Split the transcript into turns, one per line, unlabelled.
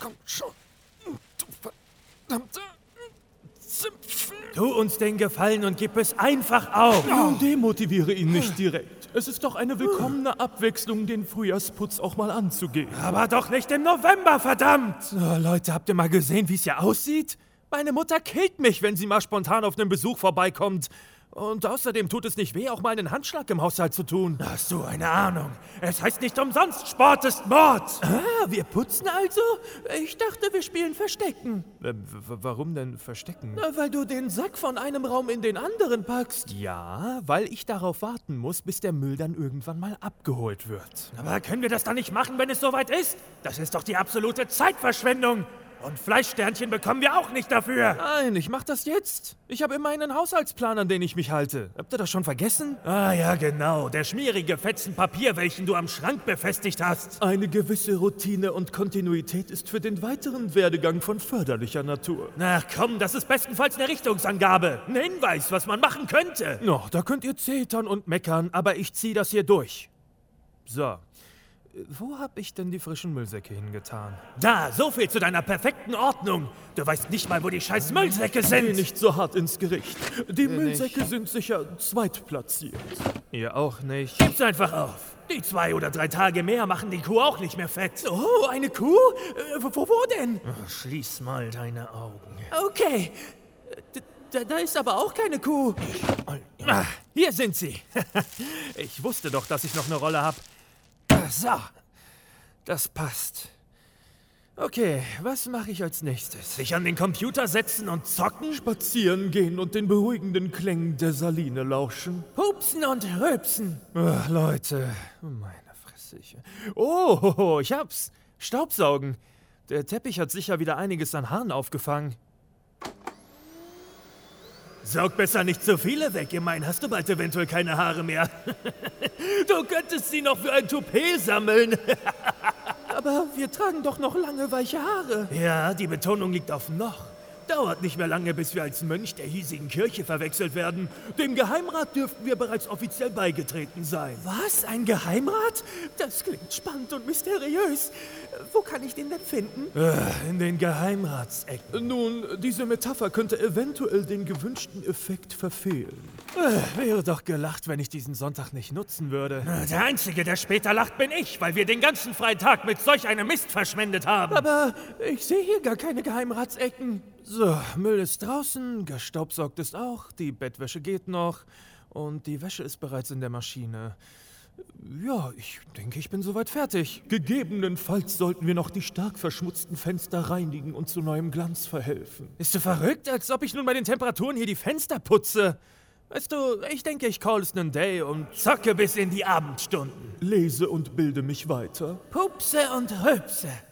komm schon. Du verdammte Zimpfen.
Tu uns den Gefallen und gib es einfach auf.
Nun demotiviere ihn nicht direkt. Es ist doch eine willkommene Abwechslung, den Frühjahrsputz auch mal anzugehen.
Aber doch nicht im November, verdammt! Oh, Leute, habt ihr mal gesehen, wie es hier aussieht? Meine Mutter killt mich, wenn sie mal spontan auf einen Besuch vorbeikommt. Und außerdem tut es nicht weh, auch mal einen Handschlag im Haushalt zu tun. Hast du eine Ahnung? Es heißt nicht umsonst, Sport ist Mord! Ah, wir putzen also? Ich dachte, wir spielen Verstecken.
Äh, warum denn verstecken?
Na, Weil du den Sack von einem Raum in den anderen packst.
Ja, weil ich darauf warten muss, bis der Müll dann irgendwann mal abgeholt wird.
Aber können wir das dann nicht machen, wenn es soweit ist? Das ist doch die absolute Zeitverschwendung. Und Fleischsternchen bekommen wir auch nicht dafür.
Nein, ich mach das jetzt. Ich habe immer einen Haushaltsplan, an den ich mich halte. Habt ihr das schon vergessen?
Ah ja, genau. Der schmierige Fetzen Papier, welchen du am Schrank befestigt hast.
Eine gewisse Routine und Kontinuität ist für den weiteren Werdegang von förderlicher Natur.
Ach komm, das ist bestenfalls eine Richtungsangabe. Ein Hinweis, was man machen könnte.
Noch, da könnt ihr zetern und meckern, aber ich zieh das hier durch. So. Wo hab ich denn die frischen Müllsäcke hingetan?
Da, so viel zu deiner perfekten Ordnung. Du weißt nicht mal, wo die scheiß Müllsäcke
Geh
sind.
nicht so hart ins Gericht. Die Müllsäcke sind sicher zweitplatziert.
Ihr auch nicht. Gib's einfach auf. Die zwei oder drei Tage mehr machen die Kuh auch nicht mehr fett.
Oh, eine Kuh? Äh, wo, wo denn?
Schließ mal deine Augen.
Okay. Äh, Da, da ist aber auch keine Kuh.
Ah, hier sind sie. ich wusste doch, dass ich noch eine Rolle habe. So, das passt. Okay, was mache ich als nächstes? Sich an den Computer setzen und zocken?
Spazieren gehen und den beruhigenden Klängen der Saline lauschen.
Pupsen und rülpsen.
Ach, Leute.
Meine Fresse. Ich... Oh, ich hab's. Staubsaugen. Der Teppich hat sicher wieder einiges an Haaren aufgefangen.
Saug besser nicht so viele weg, immerhin hast du bald eventuell keine Haare mehr. du könntest sie noch für ein Toupet sammeln.
Aber wir tragen doch noch lange weiche Haare.
Ja, die Betonung liegt auf noch. Dauert nicht mehr lange, bis wir als Mönch der hiesigen Kirche verwechselt werden. Dem Geheimrat dürften wir bereits offiziell beigetreten sein.
Was? Ein Geheimrat? Das klingt spannend und mysteriös. Wo kann ich den denn finden?
Äh, In den Geheimratsecken.
Nun, diese Metapher könnte eventuell den gewünschten Effekt verfehlen.
Äh, Wäre doch gelacht, wenn ich diesen Sonntag nicht nutzen würde.
Äh, Der Einzige, der später lacht, bin ich, weil wir den ganzen freien Tag mit solch einem Mist verschwendet haben.
Aber ich sehe hier gar keine Geheimratsecken.
So, Müll ist draußen, gestaubsaugt ist auch, die Bettwäsche geht noch und die Wäsche ist bereits in der Maschine. Ja, ich denke, ich bin soweit fertig.
Gegebenenfalls sollten wir noch die stark verschmutzten Fenster reinigen und zu neuem Glanz verhelfen.
Bist du verrückt, als ob ich nun bei den Temperaturen hier die Fenster putze? Weißt du, ich denke, ich call es einen Day und zocke bis in die Abendstunden.
Lese und bilde mich weiter.
Pupse und Rübse.